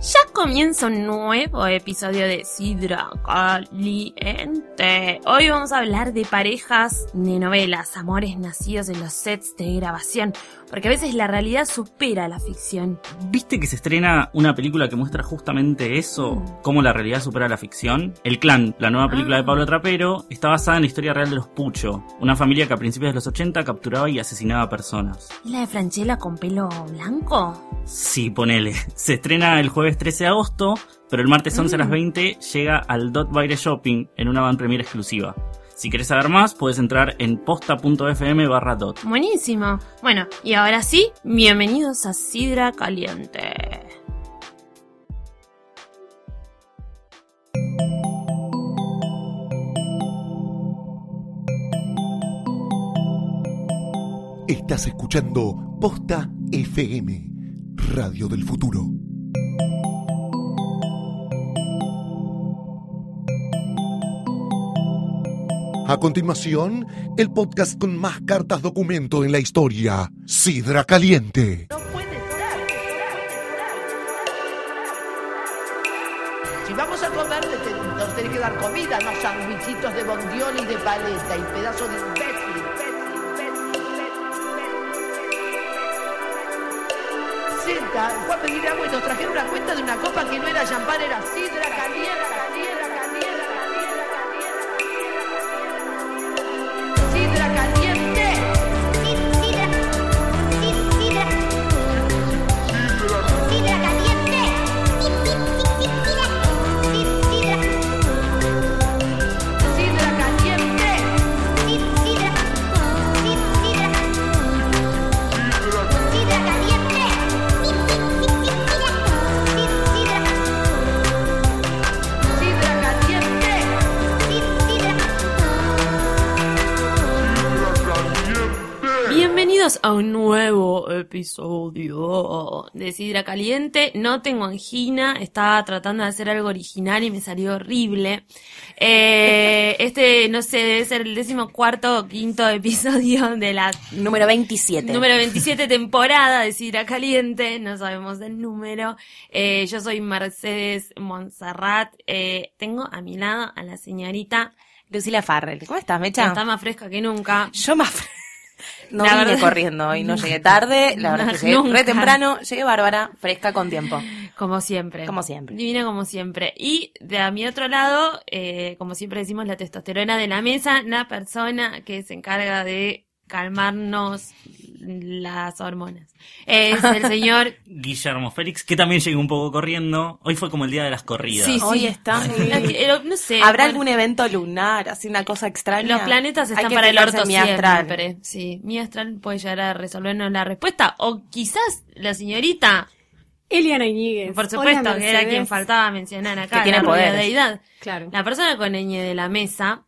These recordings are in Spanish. Ya comienza un nuevo episodio de Sidra Caliente. Hoy vamos a hablar de parejas de novelas, amores nacidos en los sets de grabación, porque a veces la realidad supera la ficción. ¿Viste que se estrena una película que muestra justamente eso? Cómo la realidad supera la ficción. El Clan, la nueva película Mm. Ah. de Pablo Trapero, está basada en la historia real de los Pucho, una familia que a principios de los 80 capturaba y asesinaba personas. ¿Y la de Franchella con pelo blanco? Sí, ponele. Se estrena el jueves 13 de agosto, pero el martes 11 a las Mm. 20 llega al Dot Baile Shopping en una van premiere exclusiva. Si querés saber más, puedes entrar en posta.fm barra dot. Buenísimo. Bueno, y ahora sí, bienvenidos a Sidra Caliente. Estás escuchando Posta FM, Radio del Futuro. A continuación, el podcast con más cartas documento en la historia, Sidra Caliente. No puede ser. Si vamos a comer, te- te- nos tenés que dar comida, no sandwichitos de bondiol y de paleta y pedazo de imbécil. imbécil, imbécil, imbécil, imbécil. Zeta fue a pedir agua y nos trajeron una cuenta de una copa que no era champán, era sidra caliente, caliente, caliente, caliente, caliente, Sidra caliente. Sidra caliente. Sidra caliente. Bienvenidos a un nuevo episodio de Sidra Caliente. No tengo angina, estaba tratando de hacer algo original y me salió horrible. Eh, este, no sé, debe ser el décimo cuarto o quinto episodio de la Número 27. número 27 temporada de Sidra Caliente. No sabemos el número. Eh, yo soy Mercedes Montserrat. Eh, tengo a mi lado a la señorita Lucila Farrell. ¿Cómo estás, que Mecha? está más fresca que nunca. Yo más... No La vine verdad- corriendo hoy, no llegué tarde, la verdad es que llegué Nunca. re temprano, llegué bárbara, fresca con tiempo. Como siempre. Como siempre. Divina como siempre. Y de a mi otro lado, eh, como siempre decimos, la testosterona de la mesa, la persona que se encarga de calmarnos las hormonas. Es el señor... Guillermo Félix, que también llegó un poco corriendo. Hoy fue como el día de las corridas. Sí, Hoy sí. está muy- La que- eh, no sé. ¿Habrá bueno, algún evento lunar, así una cosa extraña? Los planetas Hay están que para el fijarse orto en mi astral. siempre. Sí, mi astral puede llegar a resolvernos la respuesta. O quizás la señorita, Eliana Iñiguez. por supuesto, Hola, que era Mercedes. quien faltaba mencionar acá. Que tiene la rubia poderes. deidad. Claro. La persona con ñ de la mesa.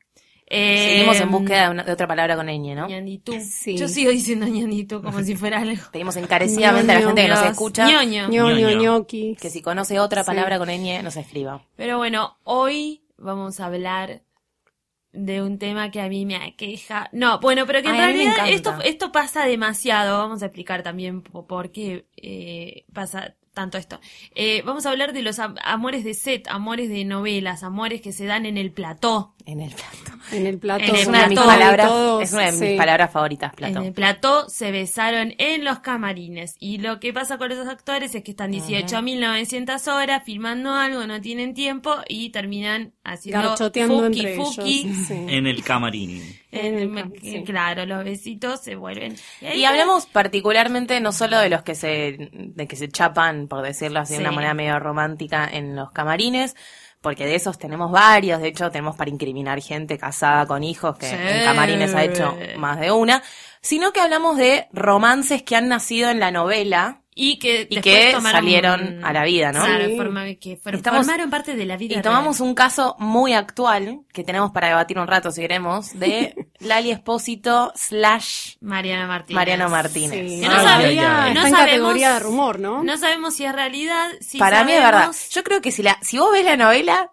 eh, Seguimos en búsqueda de, una- de otra palabra con ñ, ¿no? Ñanditú. Sí. Yo sigo diciendo ñanditú como si fuera algo. Pedimos encarecidamente a la Ñoño, gente que nos Dios. escucha Ñoño. Ñoño, Ñoño. ñoquis. que si conoce otra Sí. palabra con ñ, nos escriba. Pero bueno, hoy vamos a hablar de un tema que a mí me aqueja. No, bueno, pero que en Ay, a mí me realidad encanta. esto, esto pasa demasiado. Vamos a explicar también po- por qué eh, pasa tanto esto. Eh, vamos a hablar de los am- amores de set, amores de novelas, amores que se dan en el plató. En el plato. En el plato. En el Es son una de mis plato. todos, palabras, todos, es una de mis sí. palabras favoritas, plato. En el plató se besaron en los camarines. Y lo que pasa con esos actores es que están 18.900 horas filmando algo, no tienen tiempo y terminan haciendo Garchoteando fuki entre fuki. ellos. sí. En el camarín. En el Eh, campo, eh, sí. Claro, los besitos se vuelven. Y hablamos particularmente no solo de los que se, de que se chapan, por decirlo así, de una Sí. manera medio romántica en los camarines, porque de esos tenemos varios, de hecho tenemos para incriminar gente casada con hijos, que Sí. en camarines ha hecho más de una, sino que hablamos de romances que han nacido en la novela Y que, y después que tomaron- salieron a la vida, ¿no? Claro, Sí. forma- que for- Estamos- formaron parte de la vida. Y tomamos real. un caso muy actual, que tenemos para debatir un rato si queremos, de Lali Espósito slash Mariana Martínez. Mariano Martínez. Sí. Que no Ay, sabía- ay, ay. no Está en sabemos- categoría de rumor, ¿no? No sabemos si es realidad. Si Para mí es verdad. sabemos- Yo creo que si la, si vos ves la novela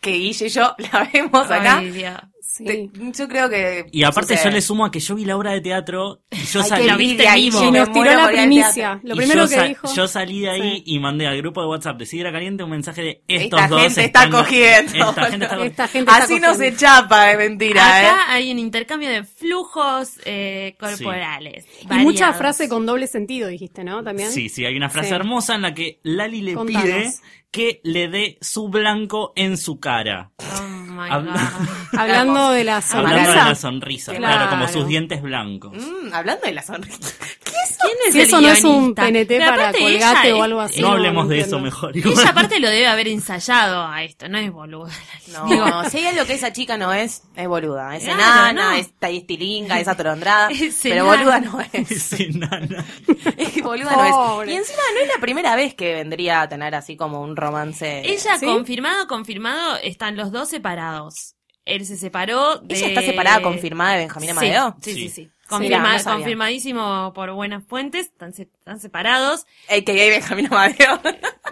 que Guille y yo la vemos acá, Ay, Dios. Sí. Te- yo creo que. Y aparte sucede. yo le sumo a que yo vi la obra de teatro y yo Ay, salí. qué la viste envidia, en vivo. yo y me nos tiró muero la por ir al primicia. teatro. Lo y primero yo que sa- dijo. Yo salí de ahí Sí. y mandé al grupo de WhatsApp de Sidra Caliente un mensaje de estos Esta dos. gente está están- cogiendo. Esta gente está cogiendo. Esta gente está Así no se cogiendo. chapa, es mentira, ¿eh? Acá hay un intercambio de flujos eh, corporales. Y mucha variados. frase con doble sentido dijiste, ¿no? También. Sí, sí, hay una frase Sí. hermosa en la que Lali le Contanos. pide que le dé su blanco en su cara. Oh my Habla- God. Hablando de la Hablando de la sonrisa. sonrisa, Claro. claro, como sus dientes blancos. Mm, hablando de la sonrisa. ¿Quién es Si el eso no es un guionista? PNT Pero para aparte colgate ella- o algo así. no hablemos de entiendo. eso mejor. Ella aparte lo debe haber ensayado a esto, no es boludo. No, si es lo que esa chica no es, es boluda. Es Claro, no. enana, es, es tilinga, es atolondrada. Es pero enana. boluda no es. Es enana. Es que boluda no es. Pobre. Y encima no es la primera vez que vendría a tener así como un romance. Ella, ¿Sí? confirmado, confirmado, están los dos separados. Él se separó de... Ella está separada, confirmada de Benjamín Sí, Amadeo. Sí, sí, sí. Mirá, Confirma- no sabía. confirmadísimo por buenas fuentes, están, se- están separados. El que gay Benjamín Amadeo.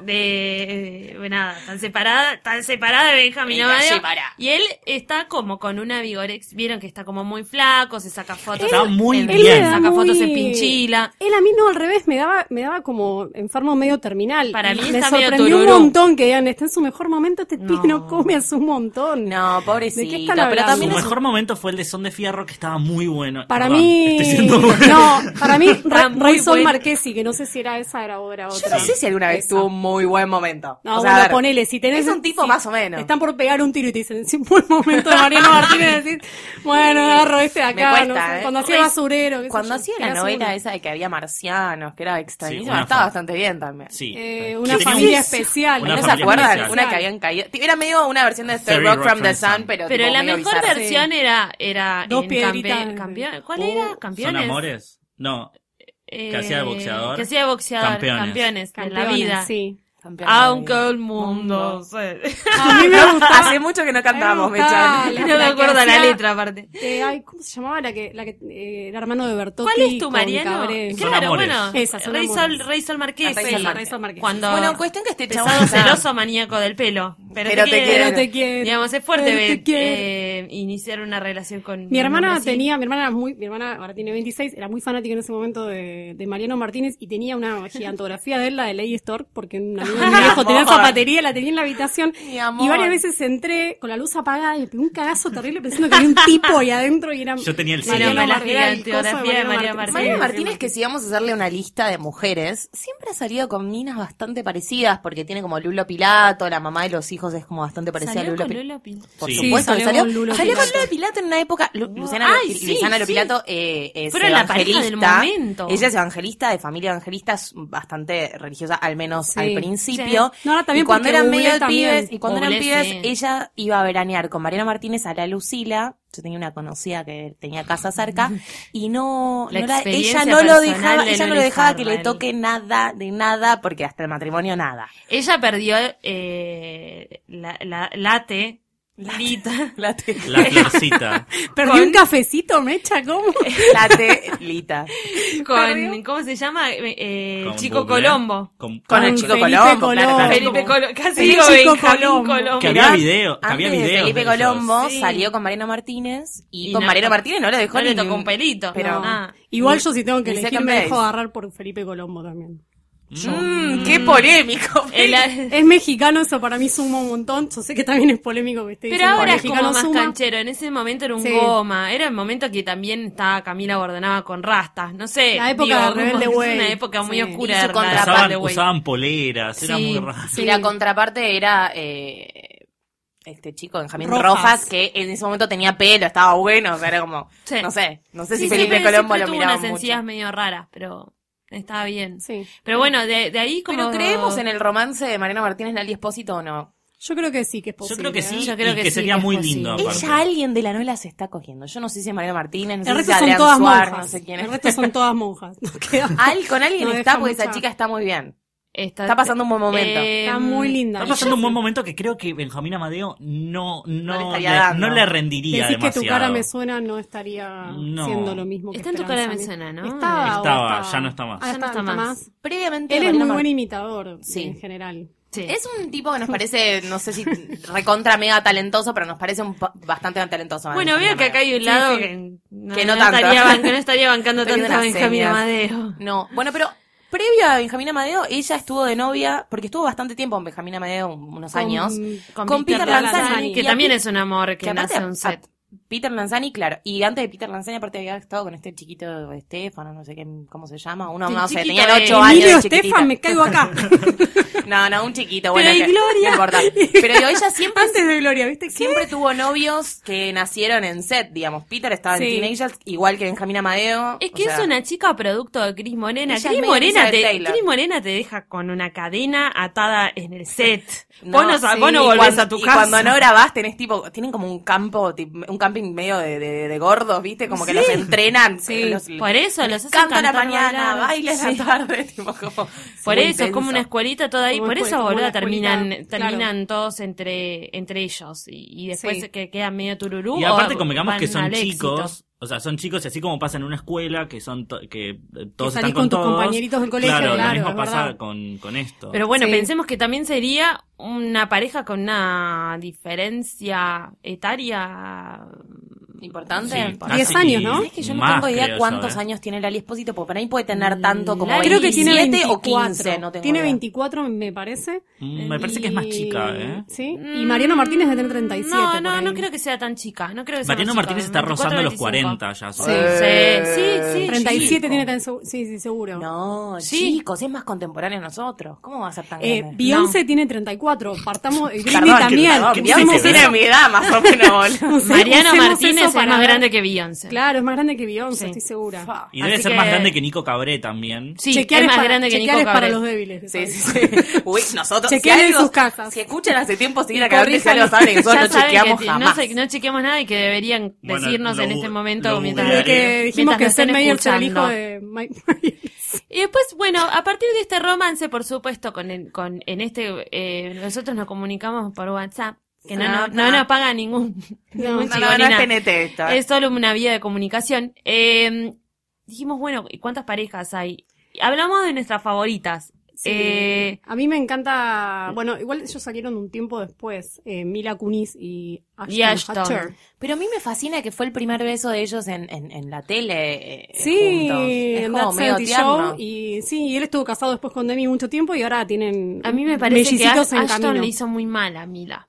De, eh, nada, están separadas, están separadas de Benjamín Venga, Amadeo. separa. Y él está como con una vigorex, vieron que está como muy flaco, se saca fotos. Está muy él- Él me bien. da Saca muy- fotos en pinchila. Él a mí no, al revés, me daba, me daba como enfermo medio terminal. Para mí me está medio sorprendió un tururú. montón que digan, está en su mejor momento, este pico No. no come hace un montón. No, pobrecito. ¿De qué están hablando? pero Su también es mejor momento fue el de Son de Fierro, que estaba muy bueno. Para Perdón, mí, estoy siendo muy- no, para mí, Está Ra- muy Ray Sol bueno. Marquesi, que no sé si era esa, era otra. Yo no otra. sé si alguna vez Esa. tuvo un muy buen momento. No, O sea, a bueno, ver, ponele, si tenés... Es un tipo si más o menos. Están por pegar un tiro y te dicen, es un buen momento de Mariano Martínez, decís, bueno, agarro este de Me acá, cuesta, no sé, ¿eh? cuando hacía Ray- basurero. qué sé Cuando yo, hacía la era novela seguro. esa de que había marcianos, que era extrañísima, una estaba fa- bastante bien también. Sí. Eh, Que una tenía un- familia especial. Una ¿No se familia acuerdan? especial. Una que habían caído. Era medio una versión de The Thirty Rock from the Sun, pero Pero tipo la medio mejor bizarra. versión era, era Dos en piedritas. campe- campeón- ¿Cuál Oh, era? Uh, ¿Son ¿Campeones? amores? No, Eh, hacía de boxeador. Que hacía de boxeador. Campeones. Campeones. en la Campeones, vida. Sí. Campeona de Aunque vida. el mundo... se- A mí me gustaba. Hace mucho que no cantamos, Me gustaba Mechan. No me Ah, La que acuerdo la hacía- letra aparte. Eh, ay, ¿cómo se llamaba la que, la que eh, era hermano de Bertotti? ¿Cuál es tu con Mariano? Cabré? Son Claro, amores. bueno. Esa, son Rey amores. pues Sol, Rey Sol Marqués. Rey sí. Sol Marqués. Cuando Bueno, cuestión que este chabón. pesado, o sea, celoso, maníaco del pelo. Pero, Pero te, te quiere- quiero. Pero te quiero. Digamos, es fuerte Pero te ver, quiero. eh, iniciar una relación con... Mi un hermana hombre así. tenía, mi hermana era muy, mi hermana ahora tiene 26, era muy fanática en ese momento de, de Mariano Martínez y tenía una gigantografía de él, la de Lady Stork, porque un amigo de mi viejo tenía amor. zapatería, la tenía en la habitación. Mi Y amor. varias veces entré con la luz apagada y me pegué un cagazo terrible pensando que había un tipo ahí adentro y era. Yo tenía el Mariano CD. Mariano Martínez, Martínez, el coso de biografía de Mariano Mariana Sí, Martínez, que si vamos a hacerle una lista de mujeres, siempre ha salido con minas bastante parecidas, porque tiene como Lulo Pilato, la mamá de los hijos es como bastante parecida a Salió Lulo con Pilato. Lola Pil- Por Sí. supuesto, Sí, que salió salió, con Lulo salió con Pilato. Lulo Pilato en una época. Lu- Wow. Luciana, Ay, Lu- sí, Luciana Lo sí. Pilato eh, es Fueron la pareja del evangelista. momento. Ella es evangelista, de familia evangelista, es bastante religiosa, al menos Sí. al principio. Sí. No, ahora también y cuando porque eran Google medio también. pibes, y cuando eran Google, pibes, sí. ella iba a veranear con Mariana Martínez a la Lucila. Yo tenía una conocida que tenía casa cerca y no, La no la- experiencia ella no lo personal dejaba, de ella no Loli lo dejaba que le Farrell. toque nada de nada porque hasta el matrimonio nada. Ella perdió eh, la, la, late, lita. La, La florcita. Perdí un cafecito, mecha, ¿cómo? Lita. con, ¿cómo se llama? Eh, eh, Con Chico Bublé. Colombo. Con- Con el Con chico Felipe Colombo, Colombo. claramente. Felipe Colombo, casi El digo Chico Benjamín Colombo. Colombo. Que Mirá, había video, que había antes de videos Felipe de ellos. Colombo Sí. salió con Mariano Martínez y, Y con no- Mariano Martínez no lo dejó No le ni- tocó un pelito. Ah. pero- no, nada. Igual yo si tengo que Ni elegir second me dejo base. agarrar por Felipe Colombo también. Mm, qué polémico. El- Es mexicano, eso para mí suma un montón. Yo sé que también es polémico que esté pero diciendo ahora es mexicano como más suma. canchero. En ese momento era un Sí. goma. Era el momento que también estaba Camila Bordonaba con rastas. No sé. La época de Rebelde como- Es Way. una época muy Sí. oscura Y su de contraparte. Rebelde Usaban, Way. usaban poleras, era Sí. muy raro. Y Sí. la contraparte era eh, este chico, Benjamín Rojas. Rojas. que en ese momento tenía pelo, estaba bueno, o sea, era como, Sí. no sé, no sé Sí, si Felipe siempre- Colombo siempre lo tuvo miraba unas mucho. encías medio raras, pero estaba bien. Sí. Pero bueno, de, de ahí como... Pero creemos en el romance de Mariano Martínez Lali Espósito o no. Yo creo que sí que es posible. Yo creo que ¿eh? sí, Yo creo y que que, sí, sería que es muy posible. lindo. Aparte. Ella alguien de la novela se está cogiendo. Yo no sé si es Mariano Martínez, no sé si El resto es son Adrián todas Suar, monjas. no sé quién El es. resto son todas monjas. No queda- Ah, Al- con alguien No está deja porque esa mucha- chica está muy bien. Está pasando un buen momento. Eh, Está em, muy linda. Está Y pasando yo- un buen momento que creo que Benjamín Amadeo no, No le no, estaría le, dando. no le rendiría Decís que tu demasiado. cara me suena no estaría No. siendo lo mismo que Está en tu cara me Esperanza suena, ¿no? Estaba, Estaba, o ya no está más. Ah, Ya no está más. Previamente Él es Mariano muy Mar- buen imitador Sí. en general. Sí. Es un tipo que nos parece, no sé si recontra mega talentoso, pero nos parece un pa- bastante talentoso. Bueno, veo que acá hay un lado sí. que, no, Que no tanto. estaría, ban- que no estaría bancando Estoy tanto a viendo las Benjamín señas. Amadeo. No, bueno, pero previo a Benjamín Amadeo, ella estuvo de novia, porque estuvo bastante tiempo con Benjamín Amadeo, un- unos años. Con, Peter Peter Lanzani, Lanzani, que y a también Pete- es un amor que, aparte nace un a- set. Peter Lanzani, claro. Y antes de Peter Lanzani, aparte había estado con este chiquito Estefano, no sé qué, cómo se llama. Uno El más, o sea, chiquito tenían ocho de- años. Emilio de chiquitita. Estefan, me caigo acá. No, no, un chiquito, bueno. y que- Gloria. No importa. Pero digo, ella siempre, Antes de Gloria, ¿viste? ¿Qué? siempre tuvo novios que nacieron en set, digamos. Peter estaba Sí. en Teenagers, igual que Benjamín Amadeo. Es o que sea, es una chica producto de Cris Morena. Ella es Cris medio Morena, Elizabeth te, Taylor. Cris Morena te deja con una cadena atada en el set. No, vos no, sab- sí, vos no y volvés cuando- a tu y casa. cuando no grabás tenés tipo, tienen como un campo, tip- un camping medio de, de- de gordos, ¿viste? Como que los entrenan. eh, Sí, los- por eso los hacen Canta a la cantar, mañana, bailar. baila a Sí. la tarde, tipo como... Por muy eso, es como intenso. una escuelita toda ahí. Como Por escue- eso, como una boluda, escuelita, terminan, claro. terminan todos entre, entre ellos. Y, y después Sí. que quedan medio tururú. Y o aparte convengamos van que son al éxito. chicos, o sea, son chicos y así como pasa en una escuela, que son to- que eh, todos Que están salís con, con tus todos. compañeritos del colegio, claro, claro, lo mismo es pasa verdad. con, con esto. Pero bueno, Sí. pensemos que también sería una pareja con una diferencia etaria. Importante. Sí, Importante. Diez casi años, ¿no? Es que yo no más, tengo idea creo yo, cuántos eh. años tiene Lali Espósito, porque para ahí puede tener tanto como Lali- Creo que tiene 27 24. o 15, no tengo tiene idea. 24, me parece. Mm, Me parece que es más Y- chica, ¿eh? Sí. Y Mariano Martínez debe tener 37. Mm. No, por no, ahí. no creo que sea tan chica. No creo que sea Mariano más chica, Martínez está 24, rozando los 25. 40 ya. Sí, ¿sabes? sí, sí, sí. 37 chico. tiene que segu- Sí, sí, seguro. No, Sí. chicos, es más contemporáneo a nosotros. ¿Cómo va a ser tan Eh, grande? Beyoncé tiene 34. Partamos. eh, Britney Perdón, que- también. perdón, Ah, ¿Qué Beyoncé hiciste, tiene Bea? mi edad, más o menos, boludo. Use- Mariano usemos Martínez eso es para más ver- grande que Beyoncé. Claro, es más grande que Beyoncé, Sí. estoy segura. Y debe Así ser más que- grande que Nico Cabré también. Sí, Chequear es más para- grande que chequear Nico es para Cabré. los débiles. Sí, ¿sabes? sí, sí. Uy, nosotros. Chequean si en algo- sus casas. Si escuchan hace tiempo seguir a Corrijan. Cabrera, ya lo saben, nosotros Ya no saben chequeamos que jamás. No, se- no chequeamos nada y que deberían Bueno, decirnos lo en bu- este lo momento mientras, Desde googlearé. que dijimos mientras que nos están Seth Meyer era el escuchando. hijo de Mike Myers. Y después, bueno, a partir de este romance, por supuesto, con, el- con en este eh, nosotros nos comunicamos por WhatsApp, que no, no, Ah, no, ah. nos paga ningún, No, ningún No, chivo no, ni no es nada. TNT esto. Es solo una vía de comunicación. Eh, dijimos, bueno, ¿y cuántas parejas hay? Y Hablamos de nuestras favoritas. Sí. Eh, a mí me encanta. Bueno, igual ellos salieron un tiempo después. eh, Mila Kunis y Ashton, Y Ashton. Kutcher. Pero a mí me fascina que fue el primer beso de ellos en, en, en la tele. eh, Sí, juntos. Es en como That medio 70 tierno. Show. Y sí, y él estuvo casado después con Demi mucho tiempo y ahora tienen. a mí me parece que mellizos Ash- en Ashton camino. le hizo muy mal a Mila.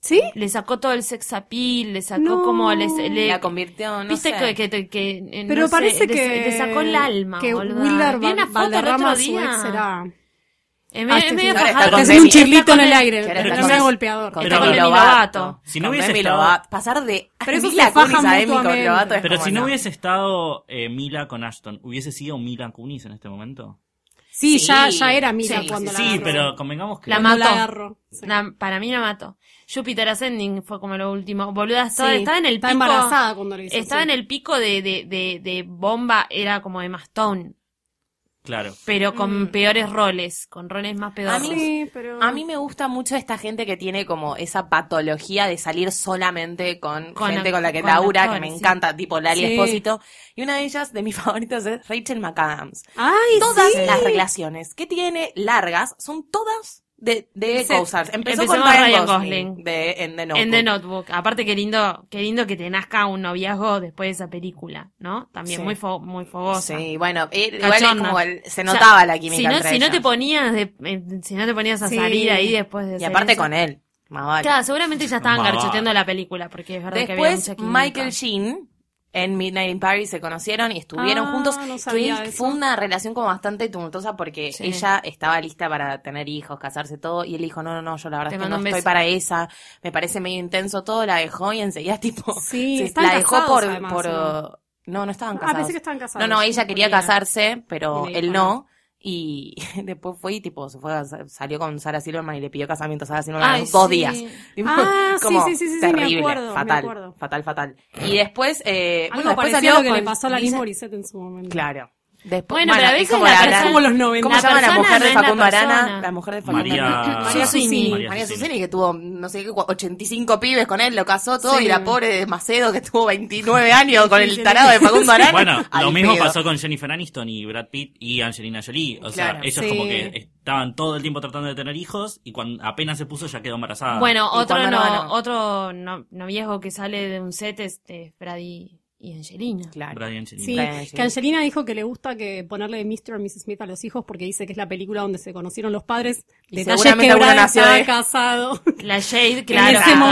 ¿Sí? Le sacó todo el sex appeal, le sacó No. como... Les, le- La convirtió, no Viste sé. que, que, que- que, eh, Pero no sé, parece le- que. le sacó el alma. Que boluda. Willard Vi una Val- foto el otro Valderrama, su día. ex, era. Eh, Ah, me- este me sí. iba a Ahora está fajar. con Te hace Demi. un Está chirlito con en el el- aire. Pero Pero está no con- sea golpeador. con Está Pero- con Demi Lovato. Si no Con hubiese Demi estado- Lovato. Pasar de Pero esos Mila se fajan Kunis a Demi con mutuamente. Lovato es Pero como, si no no. hubiese estado eh, Mila con Ashton, ¿hubiese sido Mila Kunis en este momento? Sí, Sí. Ya, ya era Mila Sí, cuando sí, la sí, agarró. pero convengamos que... La Cuando la mató. agarró. sí. Na- para mí la mató. Jupiter Ascending fue como lo último. Boluda, estaba, Sí, estaba en el está pico. embarazada cuando lo hizo. Estaba sí. en el pico de, de, de, de bomba, era como de Mastón, Claro. pero con Mm. peores roles, con roles más pedorros. A mí- Ah, Sí, pero. A mí me gusta mucho esta gente que tiene como esa patología de salir solamente con, Con gente ac- con la que con labura, que me actores, sí. encanta, tipo Lali Sí. Espósito. Y una de ellas, de mis favoritas, es Rachel McAdams. Ay, Todas sí. las relaciones que tiene largas son todas de, de Sí. Ozark. Empezó Empezó con con Ryan, Ryan Gosling, Gosling. de en The en The Notebook. Notebook. Aparte, qué lindo, qué lindo que te nazca un noviazgo después de esa película, ¿no? También Sí. muy, fo- muy fogosa. Sí, bueno, eh, igual es Cachonda. como el- se O sea, notaba la química si no, entre si no ellas. te ponías de- eh, si no te ponías a Sí. salir ahí después de Y hacer aparte eso. con él, más vale. Claro, seguramente ya estaban Mamá. garchoteando la película, porque es verdad que había Después mucha química. Michael Sheen en Midnight in Paris se conocieron y estuvieron Ah, juntos. no que sabía él- eso. Fue una relación como bastante tumultuosa porque Sí. ella estaba lista para tener hijos, casarse todo y él dijo, no, no, no, yo la verdad Te es que mando no un estoy beso. para esa, me parece medio intenso todo, la dejó y enseguida tipo, Sí, se- están la dejó casados, por, además, por, ¿no? no, no estaban Ah, casados. pensé que estaban casados. No, no, ella quería Mira. casarse, pero Y le él dijo no. Y después fue y tipo, se fue a- salió con Sara Silverman y le pidió casamiento a Sara Silverman a Ay, los dos sí. días. Tipo, Ah, sí, sí, sí, sí, sí, me terrible, acuerdo, me fatal, acuerdo. fatal, fatal. Y después, eh, Algo bueno, después parecido a salió lo que con le pasó a Alanis Lisa- Morissette en su momento. Claro. Después, Bueno, pero a veces es como la la, persona- gran- como los 90. ¿Cómo La se llama la persona mujer no de es la Facundo Arana? persona. La mujer de Facundo María, Arana. María Susini. María María Susini. Susini, que tuvo, no sé qué, cua- 85 pibes con él, lo casó todo, Sí. y la pobre de Macedo, que tuvo 29 años con el tarado de Facundo Arana. Bueno, lo al mismo pedo. pasó con Jennifer Aniston y Brad Pitt y Angelina Jolie. O sea, Claro. ellos Sí. como que estaban todo el tiempo tratando de tener hijos y cuando apenas se puso ya quedó Ah, embarazada. Bueno, Y otro cuando no ganó. no, otro no, noviazgo que sale de un set es de Brady y Angelina. Claro. Brad y Angelina. Sí, Brian Singer. que Angelina dijo que le gusta que ponerle Mr. y Mrs. Smith a los hijos porque dice que es la película donde se conocieron los padres. Y Detalles seguramente que alguno Brad nació estaba de- ah, casado La Jade, en claro. todavía ese estaba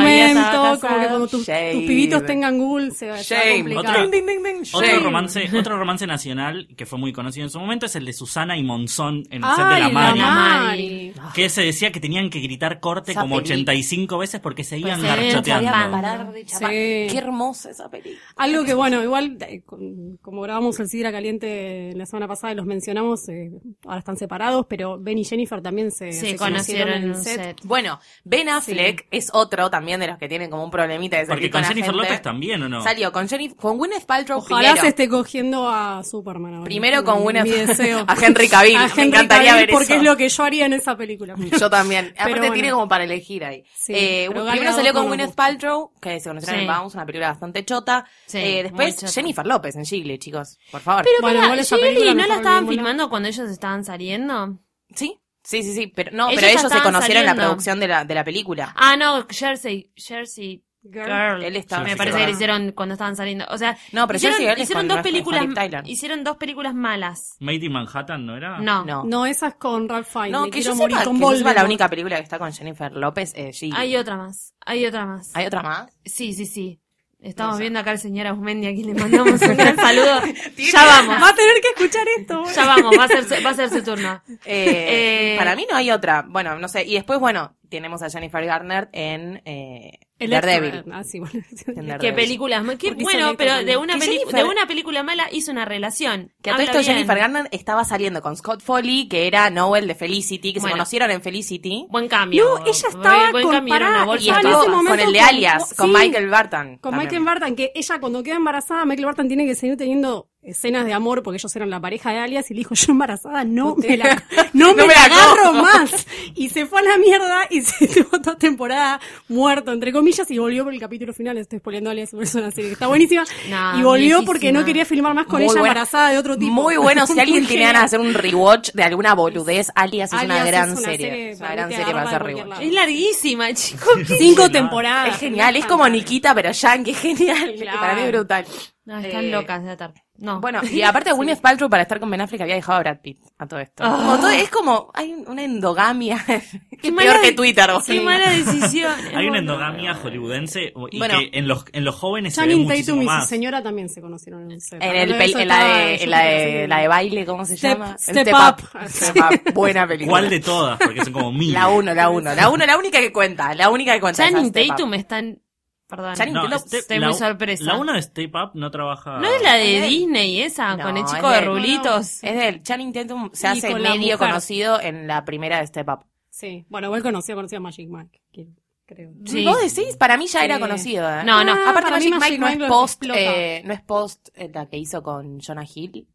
momento, como que casada. cuando tus, Shame. tus pibitos tengan ghoul se va se va a Shame. complicar. Otra- Otro Shame. romance, otro romance nacional que fue muy conocido en su momento es el de Susana y Monzón en el set de Ay, La la Mari. Mari. Que se decía que tenían que gritar corte Esa como peli- 85 veces porque seguían Pues se veían garchoteando. chapando. Parar de chapar. Sí. Qué hermosa esa película. Algo que, bueno, igual, eh, con- como grabamos el Sidra Caliente la semana pasada y los mencionamos, eh, ahora están separados, pero Ben y Jennifer también se, Se se conocieron en un set. Bueno, Ben Affleck es otro también de los que tienen como un problemita de Porque salir con la Jennifer gente. López también, ¿o no? Salió con Jennifer, con Gwyneth Paltrow Ojalá primero. se esté cogiendo a Superman ahora. Primero con Mi Gwyneth deseo. a Henry Cavill. A Me Henry encantaría Cavill ver porque eso. es lo que yo haría en esa película. Yo también. Aparte bueno. tiene como para elegir ahí. Sí, Eh, pero Gal primero Gadot salió con no me Gwyneth gusta. Paltrow, que se conocieron Sí. en Bounce, una película bastante chota. Sí, Eh, después muy chota. Jennifer López en Gigli, chicos, por favor. Pero Bueno, pará, igual esa Shirley, película ¿no no la fue estaban ninguna. filmando cuando ellos estaban saliendo? ¿Sí? Sí, sí, sí. Pero, no, Ellos pero ya ellos se estaban conocieron en la saliendo. producción de la, de la película. Ah, no, Jersey, Jersey Girl. Él estaba- Me Jersey parece que Girl. le hicieron cuando estaban saliendo. O sea, No, pero hicieron, Jersey Girl es hicieron con- dos con películas, Liv Tyler. hicieron dos películas malas. Made in Manhattan, ¿no Ah. era? Ah, No. No. No, esa es con Ralph Fiennes. No, Me que quiero yo morir sepa, con que yo sepa, la Voldemort. única película que está con Jennifer López es Gigli. Hay otra más. Hay otra más. ¿Hay otra más? Sí, sí, sí. Estamos No sé. viendo acá al señor Ausmendi, aquí le mandamos un gran saludo. ya Va vamos. a tener que escuchar esto. Ya vamos, va a ser, su- va a ser su turno. Eh, Eh, para mí no hay otra. Bueno, no sé. Y después, bueno, tenemos a Jennifer Garner en eh, El Daredevil. Ah, sí, bueno. En Qué Daredevil. películas más- qué- Porque bueno, son pero letras de también. una, Que peli- Jennifer- de una película mala hizo una relación. Que a todo Habla esto bien. Jennifer Garner estaba saliendo con Scott Foley, que era Noel de Felicity, que Bueno. se conocieron en Felicity. Buen cambio. No, ella estaba Buen con- cambio, era una pará, bolsa Y Ah, en de ese estuvo papas. con momento el de con- Alias, con sí. Michael Barton. Con también. Michael Barton, que ella cuando queda embarazada, Michael Barton tiene que seguir teniendo escenas de amor porque ellos eran la pareja de alias y le dijo, yo embarazada no me la, no me No me la la agarro como". más. Y se fue a la mierda y se tuvo dos temporadas muerto, entre comillas, y volvió por el capítulo final. Estoy spoileando alias, pero es una serie que está buenísima. Nah, y volvió viejísima. porque no quería filmar más con Muy ella buena. embarazada de otro tipo. Muy bueno, si alguien tiene Genial. ganas de hacer un rewatch de alguna boludez, Alias es una Alias gran es una serie. serie Es para una gran que te serie para agarra hacer de cualquier rewatch. lado. Es larguísima, chicos. Cinco temporadas. Es genial, es como Nikita, pero Yankee, es genial. Ah, Claro. Para mí es brutal. No, están Eh, locas de atar. No. Bueno, y aparte Gwyneth Paltrow para estar con Ben Affleck había dejado a Brad Pitt a todo esto. Como todo- es como, hay un- una endogamia que es peor mala- que Twitter. vos. Qué mala decisión. Hay una Bueno. endogamia hollywoodense y Bueno. que en los, en los jóvenes se ve Channing Tatum muchísimo y su más. señora también se conocieron en el set. En, el Eso pel- en la, estaba- de, yo en la, creo que de, sí. la de baile, ¿cómo se Step- llama? El Step Up. Step Up. Buena película. ¿Cuál de todas? Porque son como mil. La uno, la uno. La uno, la única que cuenta. La única que cuenta. Channing esa Step Up. Tatum está en... Perdón. este Channing- No, Lo- Step- estoy la- muy sorpresa. La una de Step Up no trabaja. ¿No es la de Es de- Disney esa? No, ah, con el es chico de- de no, no. rulitos. Es del Channing Tatum se Y hace con la medio mujer. conocido en la primera de Step Up. Sí, bueno, igual conocía, conocía a Magic Mike, que- creo. Sí. ¿Vos decís? Para mí ya era Sí. conocido, ¿eh? No, no. Ah, Aparte para Magic mí Mike, no Mike es lo post, explota. eh, no es post eh, la que hizo con Jonah Hill.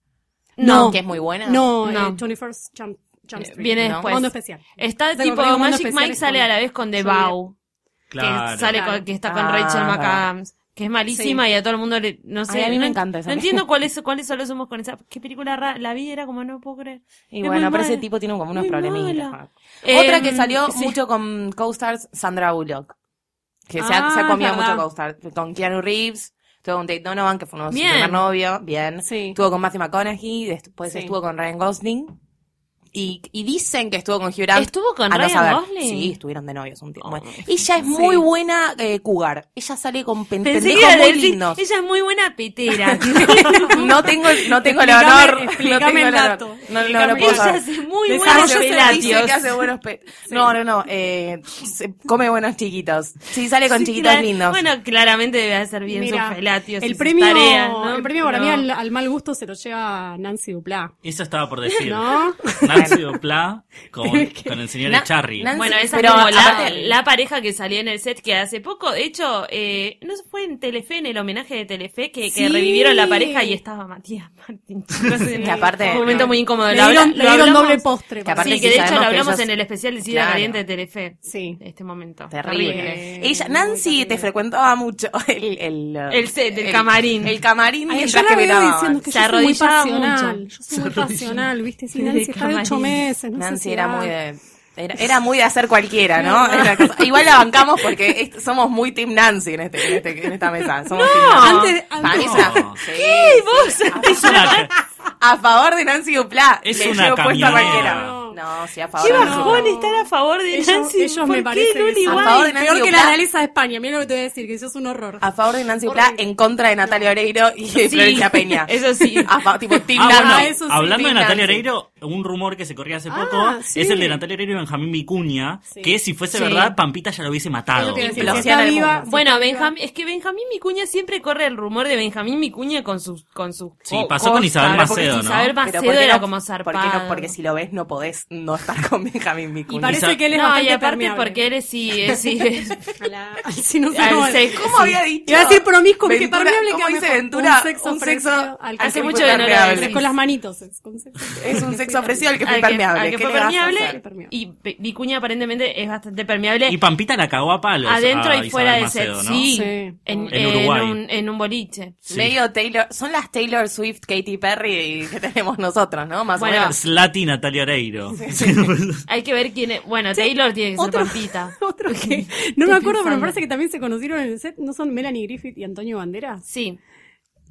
No. Que es muy buena. No, No. no. 21st Jump, Jump Eh, Street. Viene No. después. Eh, Mundo especial. Está Tengo tipo que ver un mundo Magic especial Mike es sale con- a la vez con The Juliet. Bow. Claro. Que, sale Claro. con- que está con Ah. Rachel McAdams. Que es malísima Sí. y a todo el mundo le. No sé. Ay, a mí no, me encanta esa No entiendo cuáles cuáles son los humos con esa. ¿Qué película rara? La vi era como no puedo creer. Y Es bueno, muy pero ese mala. tipo tiene como unos Muy problemillas. mala. Otra Em, que salió sí. mucho con co-stars, Sandra Bullock. Que se, ha, Ah, se ha comido es mucho verdad. co-stars. Con Keanu Reeves, tuvo con Tate Donovan, que fue uno de su Bien. primer novio, bien. Sí. Estuvo con Matthew McConaughey, después Sí. estuvo con Ryan Gosling. Y, y dicen que estuvo con Hugh Grant. ¿Estuvo con A Ah, no Ryan saber. Gosling? Sí, estuvieron de novios un tiempo. Oh. Bueno, Ella es muy buena eh, cougar. Ella sale con pen- Pensé que pendejos era muy decir, lindos. Ella es muy buena petera. No tengo, no tengo el Explícame- honor. No explícame tengo el el honor. dato. No, no Explícame lo puedo el saber. ella es muy Ah, buena yo sé, dice que peladios. hace buenos pe- No, no, no. Eh, se come buenos chiquitos. Sí, sale con Sí, chiquitos clara- lindos. Bueno, claramente debe hacer bien Mira, sus felatios. y el sus premio, tareas, ¿no? el premio para No. mí al, al mal gusto se lo lleva Nancy Duplá. Eso estaba por decir. ¿No? Nancy Ácido Pla con, con el señor Na- Echarri. Nancy- Bueno, esa pero es como la, aparte- la pareja que salió en el set que hace poco, de hecho, eh, no sé, fue en Telefe, en el homenaje de Telefe, que, que Sí. revivieron la pareja y estaba Matías Martín. chicos, en Que aparte- un momento muy incómodo. Le Lo habla- dieron, lo le dieron hablamos- doble postre. Que aparte sí, que sí de hecho sabemos lo que hablamos ellos- en el especial de Sidra Claro. Caliente de Telefe. Sí. Este momento. Terrible. Terrible. Ella, Muy Nancy, terrible. te frecuentaba mucho el, el, eh, El set, el camarín. El camarín Ay, yo mientras la que me veo daban. diciendo que Se yo soy muy arrodillaba pasional. mucho. Yo soy muy pasional, ¿viste? Sí, De Nancy está de ocho camarín. meses. No sé Nancy si era va. muy de. Era, era muy de hacer cualquiera, ¿no? Era cosa- Igual la bancamos porque es- somos muy Team Nancy en, este, en, este- en esta mesa. Somos team Nancy. Antes, Para mí antes es una- No. sí, ¡Ey, vos! Es una- A favor de Nancy Duplá. Es le una llevo puesto a cualquiera. camionera. No, sí, a ¡Qué favor. Ahora no. bajón estar a favor de ellos, Nancy! ellos ¿Por me qué, parece que Luli, son- guay? A favor de Nancy peor que la Duplá. realeza de España. Mira lo que te voy a decir, que eso es un horror. Ah, A favor de Nancy Duplá, en contra de Natalia Oreiro y Sí, de Florencia Peña. Eso sí. A favor, tipo Team Ah, Nancy. bueno, Ah, eso sí, hablando de Team Natalia Nancy. Oreiro, un rumor que se corría hace Ah, poco sí. es el de Natalia Oreiro y Benjamín Vicuña, Sí. que si fuese Sí. verdad, Pampita ya lo hubiese Es ah, lo matado. que decía, Lo si hacían está al viva, mundo. si Bueno, está Benjamín, viva. es que Benjamín Micuña siempre corre el rumor de Benjamín Micuña con sus con sus Sí, co- pasó con Isabel cosas, porque Macedo, ¿no? Isabel Pero Macedo ¿por qué era no- como ¿por qué zarpado. no? Porque si lo ves, no podés no estar con Benjamín Y Vicuña. parece Isa- que él es no, y bastante aparte permeable. porque eres sí, es, sí, es- A la- si no se al mueve. sexo. ¿Cómo había dicho? Iba a decir promiscuo, porque Ventura- permeable ¿cómo queda dice mejor. Ventura? Un Un sexo sexo ofrecido al que Hace al que fue mucho fue que no lo permeable. decís. Con las manitos. es- con sexo- Es un sexo ofrecido al que fue al permeable. al que ¿Qué fue le vas a permeable hacer? y Pe- Vicuña aparentemente es bastante permeable Y Pampita la cagó a palos. adentro a y fuera de Isabel set, Macedo, ¿no? sí, Sí. en, En en Uruguay. un, en un boliche. Sí. Medio Taylor, son las Taylor Swift, Katy Perry y que tenemos nosotros, ¿no? Más Bueno, o menos. Slati Natalia Oreiro. Hay que ver quién es. Bueno, Taylor tiene que ser Otro- Pampita. Otro que no Estoy me acuerdo, pero pensando. me parece que también se conocieron en el set. ¿No son Melanie Griffith y Antonio Banderas? Sí.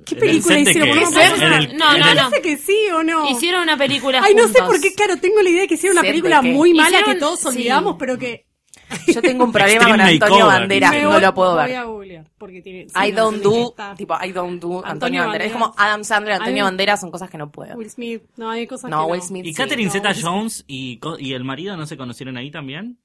¿Qué ¿En el película set de hicieron? qué? Porque me ¿En parece- el- No, no, me no. parece que sí o no. Hicieron una película Ay, no sé juntos. por qué, claro, tengo la idea de que hicieron una Set de película qué. muy mala Hicieron- que todos sí. olvidamos, pero que Yo tengo un problema con Extreme Antonio Makeover, Banderas, dice. Me no voy- lo puedo Voy a ver. googlear, porque tiene. sí, I no, don't sí, do, está. tipo, I don't do Antonio, Antonio Banderas. Es Banderas. como Adam Sandler, Antonio Ay, Banderas son cosas que no puedo. Will Smith. No, hay cosas No, que Will Smith. ¿Y sí. Catherine no. Zeta Jones y, co- y el marido no se conocieron ahí también?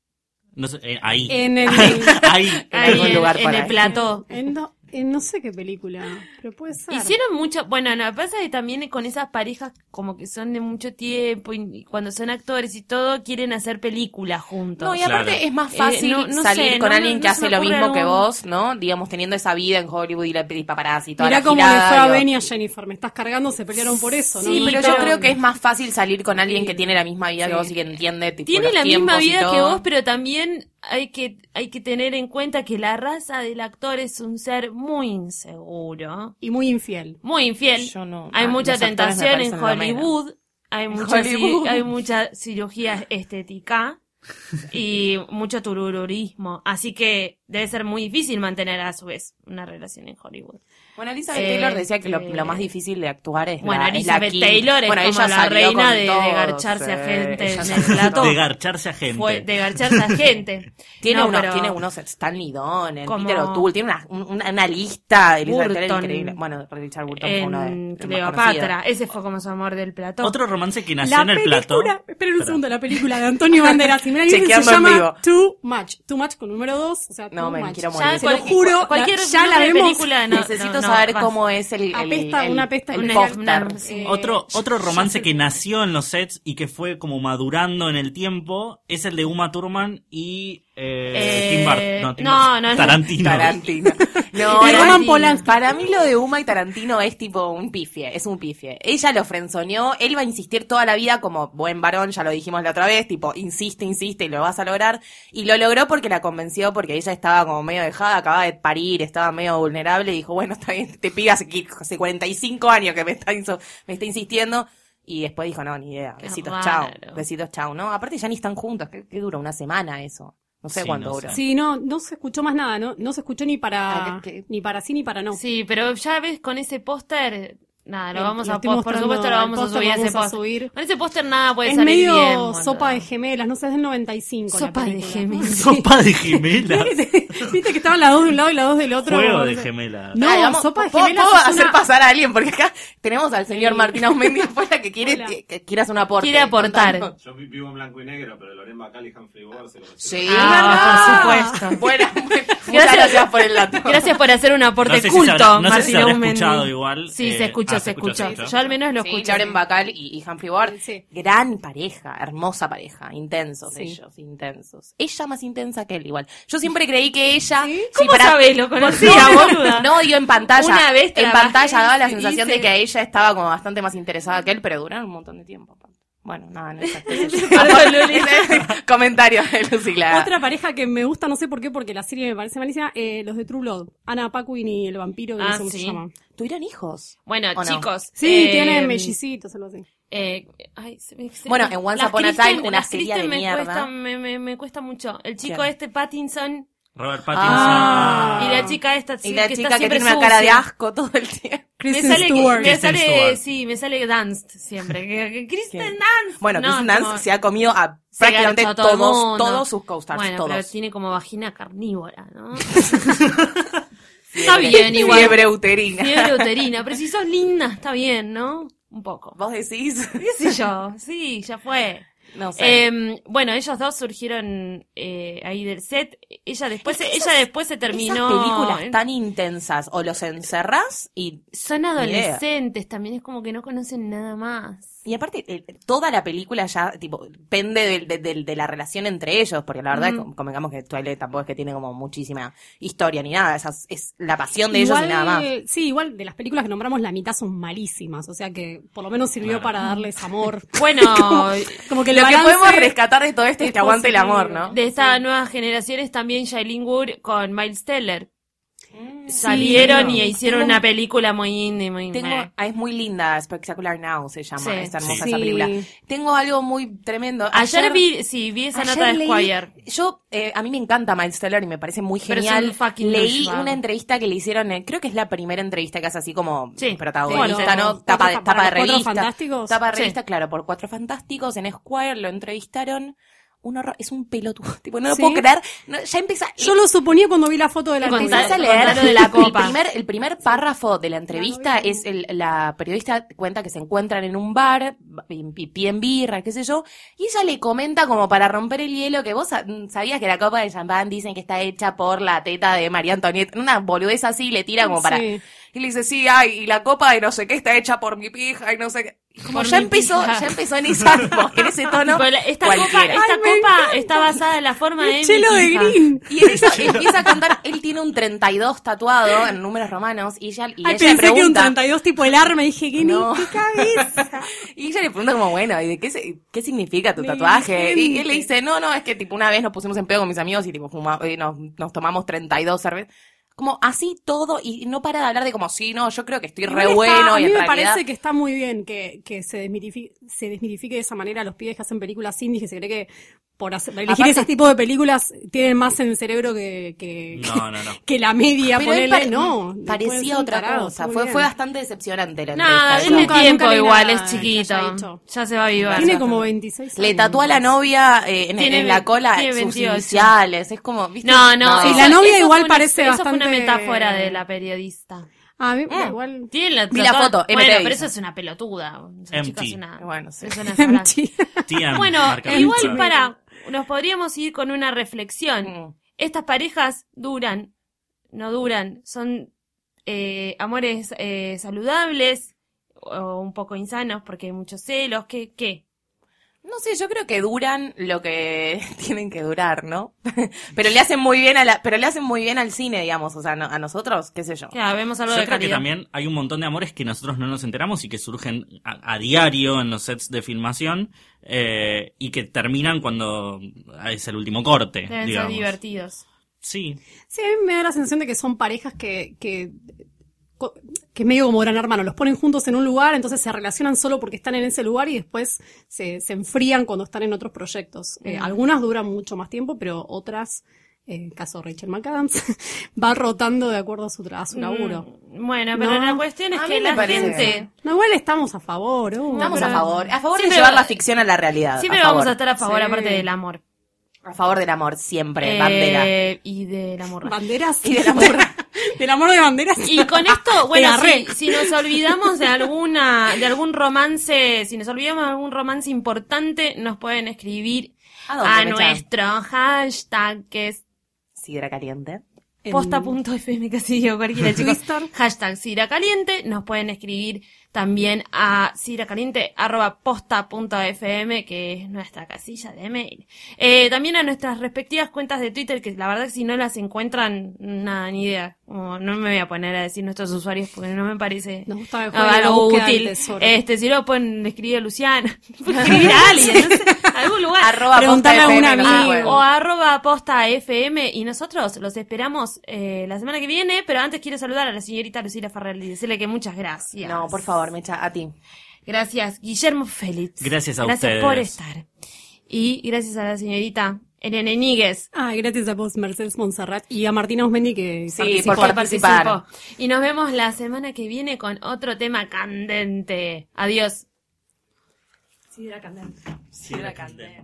No sé, eh, ahí. En el. ahí. Ay, Ahí algún en, lugar en para el eso. plató. en no, en no sé qué película. Pero puede ser. Hicieron mucho, bueno, no, pasa que también con esas parejas como que son de mucho tiempo y y cuando son actores y todo quieren hacer películas juntos. No, y Claro. aparte es más fácil Eh, no- no salir sé, con no, alguien no, que no se hace me lo ocurre mismo que algún- vos, ¿no? Digamos, teniendo esa vida en Hollywood y la y paparazzi y toda Mirá la cómo le fue girada, a digo. Benny y a Jennifer. Me estás cargando, se pelearon por eso, ¿no? Sí, Sí, pero yo pero- creo que es más fácil salir con alguien que tiene la misma vida que Sí. vos y que entiende tipo, Tiene los la misma tiempos y vida que todo. vos, pero también hay que, hay que tener en cuenta que la raza del actor es un ser muy inseguro, Y muy infiel. muy infiel. Yo no- hay ah, mucha los actores me tentación en parecen lo menos. Hollywood, hay mucha, ci- Hollywood. hay mucha cirugía estética y mucho turururismo. Así que debe ser muy difícil mantener a su vez una relación en Hollywood. Bueno, Elizabeth Eh, Taylor decía que lo, eh, lo más difícil de actuar es Bueno, la, es la Elizabeth Kim. Taylor es Bueno, como ella la salió reina con de- de todos, garcharse a eh, gente ella en salió el plato. con De todos. garcharse a gente. Fue de garcharse a gente. Tiene, No, unos, pero- tiene unos Stanley Don, Como- Peter O'Toole, tiene una, un- una, una lista Elizabeth Taylor Burton. increíble. Bueno, Richard Burton fue uno de en los más Cleopatra. conocidos. Ese fue como su amor del plató. Otro romance que nació en el plato. película, eh, esperen un segundo, la película de Antonio Banderas y Mel Gibson Chequeando se en llama vivo. Too Much. Too Much con número 2, o sea, No, Too me Much. quiero morir. Ya, Se lo cual- juro, la- cualquier ya la nombre de vemos. película, no, Necesito no, no, saber vas. cómo es el, el, Apesta, el- una pesta, el una- póster. una- Sí. eh, Otro, otro romance que nació en los sets y que fue como madurando en el tiempo es el de Uma Thurman y eh, Eh, Tim Burton. No, Tim no, no, Burton. no. Tarantino. Tarantino. No, Y no, Roman sí. Polanski. Para mí lo de Uma y Tarantino es tipo un pifie, es un pifie. Ella lo frenzoneó, él va a insistir toda la vida como buen varón, ya lo dijimos la otra vez, tipo, insiste, insiste y lo vas a lograr. Y lo logró porque la convenció, porque ella estaba como medio dejada, acababa de parir, estaba medio vulnerable y dijo, bueno, está bien, te pido hace, qui- hace 45 años que me está, inso- me está insistiendo. Y después dijo, no, ni idea, besitos, chao, raro. besitos, chao, ¿no? Aparte ya ni están juntos, ¿qué, qué dura? ¿Una semana eso? No sé Sí, cuánto no dura. sé. Sí, no, no se escuchó más nada, no, no se escuchó ni para, Ah, que- que- ni para sí ni para no. Sí, pero ya ves con ese póster, nada, lo Bien, vamos lo a Eh, estoy po- por mostrando supuesto lo al vamos a póster, subir lo ese vamos a póster. subir. Con ese póster nada puede es salir medio bien. boludo. sopa de gemelas, no sé, es del 95. la Sopa de película. gemelas. Sopa de gemelas. Viste que estaban las dos de un lado y las dos del otro. Juego de gemelas. No, Ay, vamos, sopa de ¿puedo- gemelas. ¿Puedo es hacer una- pasar a alguien? Porque acá tenemos al señor Martín Aumendi afuera que quiere, Hola. que, que quiere hacer un aporte. Quiere aportar. Contanos. Yo vi- vivo en blanco y negro, pero Loren Bacal y Humphrey Bogart se lo Sí, Ah, ¿verdad? por supuesto. Buena, buena. muchas gracias por el dato. Gracias por hacer un aporte No sé si culto, se habrá- no sé Martín si se habrá Aumendi. escuchado igual, Sí, eh, se escuchó escucha, se escucha. Yo al menos lo Sí, escucho. Lauren Bacall y, y Humphrey Ward. Sí. Gran pareja, hermosa pareja, intensos Sí. ellos, intensos. Ella más intensa que él, igual. Yo siempre creí que ella... sí, ¿Cómo para- sabés? Lo conocía, boluda. No, digo en pantalla. Una vez en trabajé, pantalla daba la hice- sensación de que ella estaba como bastante más interesada que él, pero duraron un montón de tiempo. Bueno, nada, no sé. qué sé yo. Perdón, Luli. Comentario de Lucila. Otra pareja que me gusta, no sé por qué, porque la serie me parece malísima, eh, los de True Love. Ana Paquin y el vampiro, que no Ah, sé cómo sí. se llama. ¿Tuvieron hijos? Bueno, ¿O no? chicos. Sí, eh, tienen mellicitos, algo así. eh, ay, se me- se- Bueno, en Once las Upon a Kristen- Time, una las serie de Kristen me mierda. Cuesta, me, me, me cuesta mucho. El chico ¿Quién? este, Pattinson, Robert Pattinson. Ah. y la chica esta, sí, Y la que chica está que, siempre tiene una cara de sucia. asco todo el tiempo. Me Kristen sale, Stewart. me Kristen sale, Stewart. sí, me sale Danced siempre. que- que Kristen ¿Quién? Danced. Bueno, No, Chris como- Nance se ha comido a se prácticamente garchó a todo el todos, mundo. todos sus co-stars. Bueno, todos. pero tiene como vagina carnívora, ¿no? está bien, igual. Fiebre uterina. Fiebre uterina. Pero si sos linda, está bien, ¿no? Un poco. ¿Vos decís? ¿Qué sé yo? Sí, ya fue. No Eh, bueno, ellos dos surgieron eh, ahí del set. Ella después, Es que ella esas- después se terminó. Esas películas tan intensas, o los encerrás y... Son idea. adolescentes también, es como que no conocen nada más. Y aparte, eh, toda la película ya, tipo, pende del- del- del- de, la relación entre ellos, porque la verdad, Mm. com- convengamos que Twilight tampoco es que tiene como muchísima historia ni nada, esas, es la pasión de ellos y nada más. Sí, igual de las películas que nombramos, la mitad son malísimas. O sea que por lo menos sirvió Claro. para darles amor. Bueno, Como que el Lo que balance- podemos rescatar de todo esto es, es que aguante el positivo. amor, ¿no? de estas nuevas generaciones también Shailene Wood con Miles Teller. Mm. Sí, Salieron no. y hicieron una película muy indie, muy Tengo, meh. ah, es muy linda, Spectacular Now se llama, Sí. está hermosa Sí. esa película. Tengo algo muy tremendo. Ayer, vi, sí, vi esa nota Ayer de leí- Squire. Yo, eh, a mí me encanta Miles Teller y me parece muy Pero es un genial. fucking Leí douchebag. una entrevista que le hicieron, eh, creo que es la primera entrevista que hace así como Sí, protagonista, sí, ¿no? sí. Tapa, de, tapa Cuatro- de para los Cuatro revista. Fantásticos. Tapa de Sí. revista, claro, por Cuatro Fantásticos. En Squire lo entrevistaron. Un horror, es un pelotudo. Tipo, no lo Sí. puedo creer. No, ya empieza. Yo lo suponía cuando vi la foto de la Contá- Empezás a película. leer contalo de la copa. El primer, el primer párrafo de la entrevista es el- la periodista cuenta que se encuentran en un bar, pi- piden birra, qué sé yo, y ella le comenta como para romper el hielo que vos sa- sabías que la copa de champán dicen que está hecha por la teta de María Antonieta, una boludez así, le tira como para... Sí. Y le dice, sí, ay, y la copa de no sé qué está hecha por mi pija y no sé qué. Y Como Por ya mi empezó, pija. ya empezó en, esa, como en ese tono. Tipo, la- Esta copa, cualquiera. esta copa está basada en la forma "Ah, de. mi Chelo de hija. Green. Y en eso empieza a contar, él tiene un 32 tatuado en números romanos y ella, y Ay, ella le pensé que un pregunta, 32 tipo el arma. y Dije, ¿qué No. ni qué cabeza? y ella le pregunta como, bueno, ¿y de qué, se- qué significa tu tatuaje? Y él le dice, no, no, es que tipo una vez nos pusimos en pedo con mis amigos y tipo fuma- eh, nos, nos tomamos 32 cervezas. Como así todo y no para de hablar de como, sí, no, yo creo que estoy re Igual está- bueno a y mí en me realidad- parece que está muy bien que, que se, desmitifi- se desmitifique de esa manera a los pibes que hacen películas indie que se cree que por hacer- elegir Aparte- ese tipo de películas tienen más en el cerebro que, que, No, no, no. que la media, Pero él ponele, pare- no. Pueden ser Parecía un otra tarado, está cosa, muy fue, bien. fue bastante decepcionante la Nada, entrevista. denle Nunca- tiempo nunca leí igual, nada es que haya chiquito. hecho. Ya se va a vivar. Tiene como 26 años. Le tatúa a la novia eh, en, Tiene en la ve- cola tiene sus 28. iniciales, es como, ¿viste? No, no. Sí, eso- la novia eso igual fue una- parece Eso fue una bastante- metafora de la periodista. A mí, Mm. igual. Tiene la, Vi la toda- foto, Bueno, MT. pero eso es una pelotuda. Esa MT. chica es una. Bueno, sí. es una frase. Mentira. Tian, Bueno, e marca de igual pizza. para. Nos podríamos ir con una reflexión. Mm. Estas parejas duran, no duran, son eh, amores eh, saludables o un poco insanos porque hay muchos celos. ¿Qué? qué? No sé, yo creo que duran lo que tienen que durar, ¿no? pero le hacen muy bien a la, pero le hacen muy bien al cine, digamos, o sea, no- a nosotros, qué sé yo. Ya, vemos algo Yo de creo que calidad. también hay un montón de amores que nosotros no nos enteramos y que surgen a, a diario en los sets de filmación eh, y que terminan cuando es el último corte, Deben digamos. ser divertidos. Sí, Sí, a mí me da la sensación de que son parejas que, que, co- que es medio como gran hermano. Los ponen juntos en un lugar, entonces se relacionan solo porque están en ese lugar y después se, se enfrían cuando están en otros proyectos. Eh, algunas duran mucho más tiempo, pero otras, eh, caso Rachel McAdams, va rotando de acuerdo a su, tra- a su laburo. Mm, Bueno, pero No. la cuestión es A que mí me la parece gente. No, igual estamos a favor. oh. Estamos a pero- favor, a favor de Siempre llevar va- la ficción a la realidad. Siempre a favor. vamos a estar a favor, Sí. aparte del amor. a favor del amor, siempre, Eh, bandera. Y de la morra. Banderas. Y de la morra. Del amor de banderas. Y con esto, bueno, Te agarré. si, si nos olvidamos de alguna, de algún romance, si nos olvidamos de algún romance importante, nos pueden escribir ¿A Ah, dónde, a Mecha? nuestro hashtag que es Sidra caliente. en- Posta.fm, casi digo cualquiera, chicos. Twitter. Hashtag Sira Caliente. Nos pueden escribir también a siracaliente.posta.fm, que es nuestra casilla de mail. Eh, también a nuestras respectivas cuentas de Twitter, que la verdad que si no las encuentran, nada, ni idea. Como, no me voy a poner a decir nuestros usuarios porque no me parece Nos Ah, gusta el juego de la algo búsqueda del útil. tesoro. Eh. Este, si no, pueden escribir a Luciana. Pueden escribir a alguien, no sé, a algún lugar. Arroba Preguntale posta a un FM, no se amigo. puede. O arroba posta FM y nosotros los esperamos eh, la semana que viene, pero antes quiero saludar a la señorita Lucila Farrell y decirle que muchas gracias. No, por favor, Mecha, a ti. Gracias, Guillermo Félix. Gracias a ustedes. Gracias por estar. Y gracias a la señorita Elena Níguez. Ah, gracias a vos, Mercedes Monserrat y a Martina Osmendi que Sí, participó. por participar. Y nos vemos la semana que viene con otro tema candente. Adiós. Sidra candente. Sidra candente.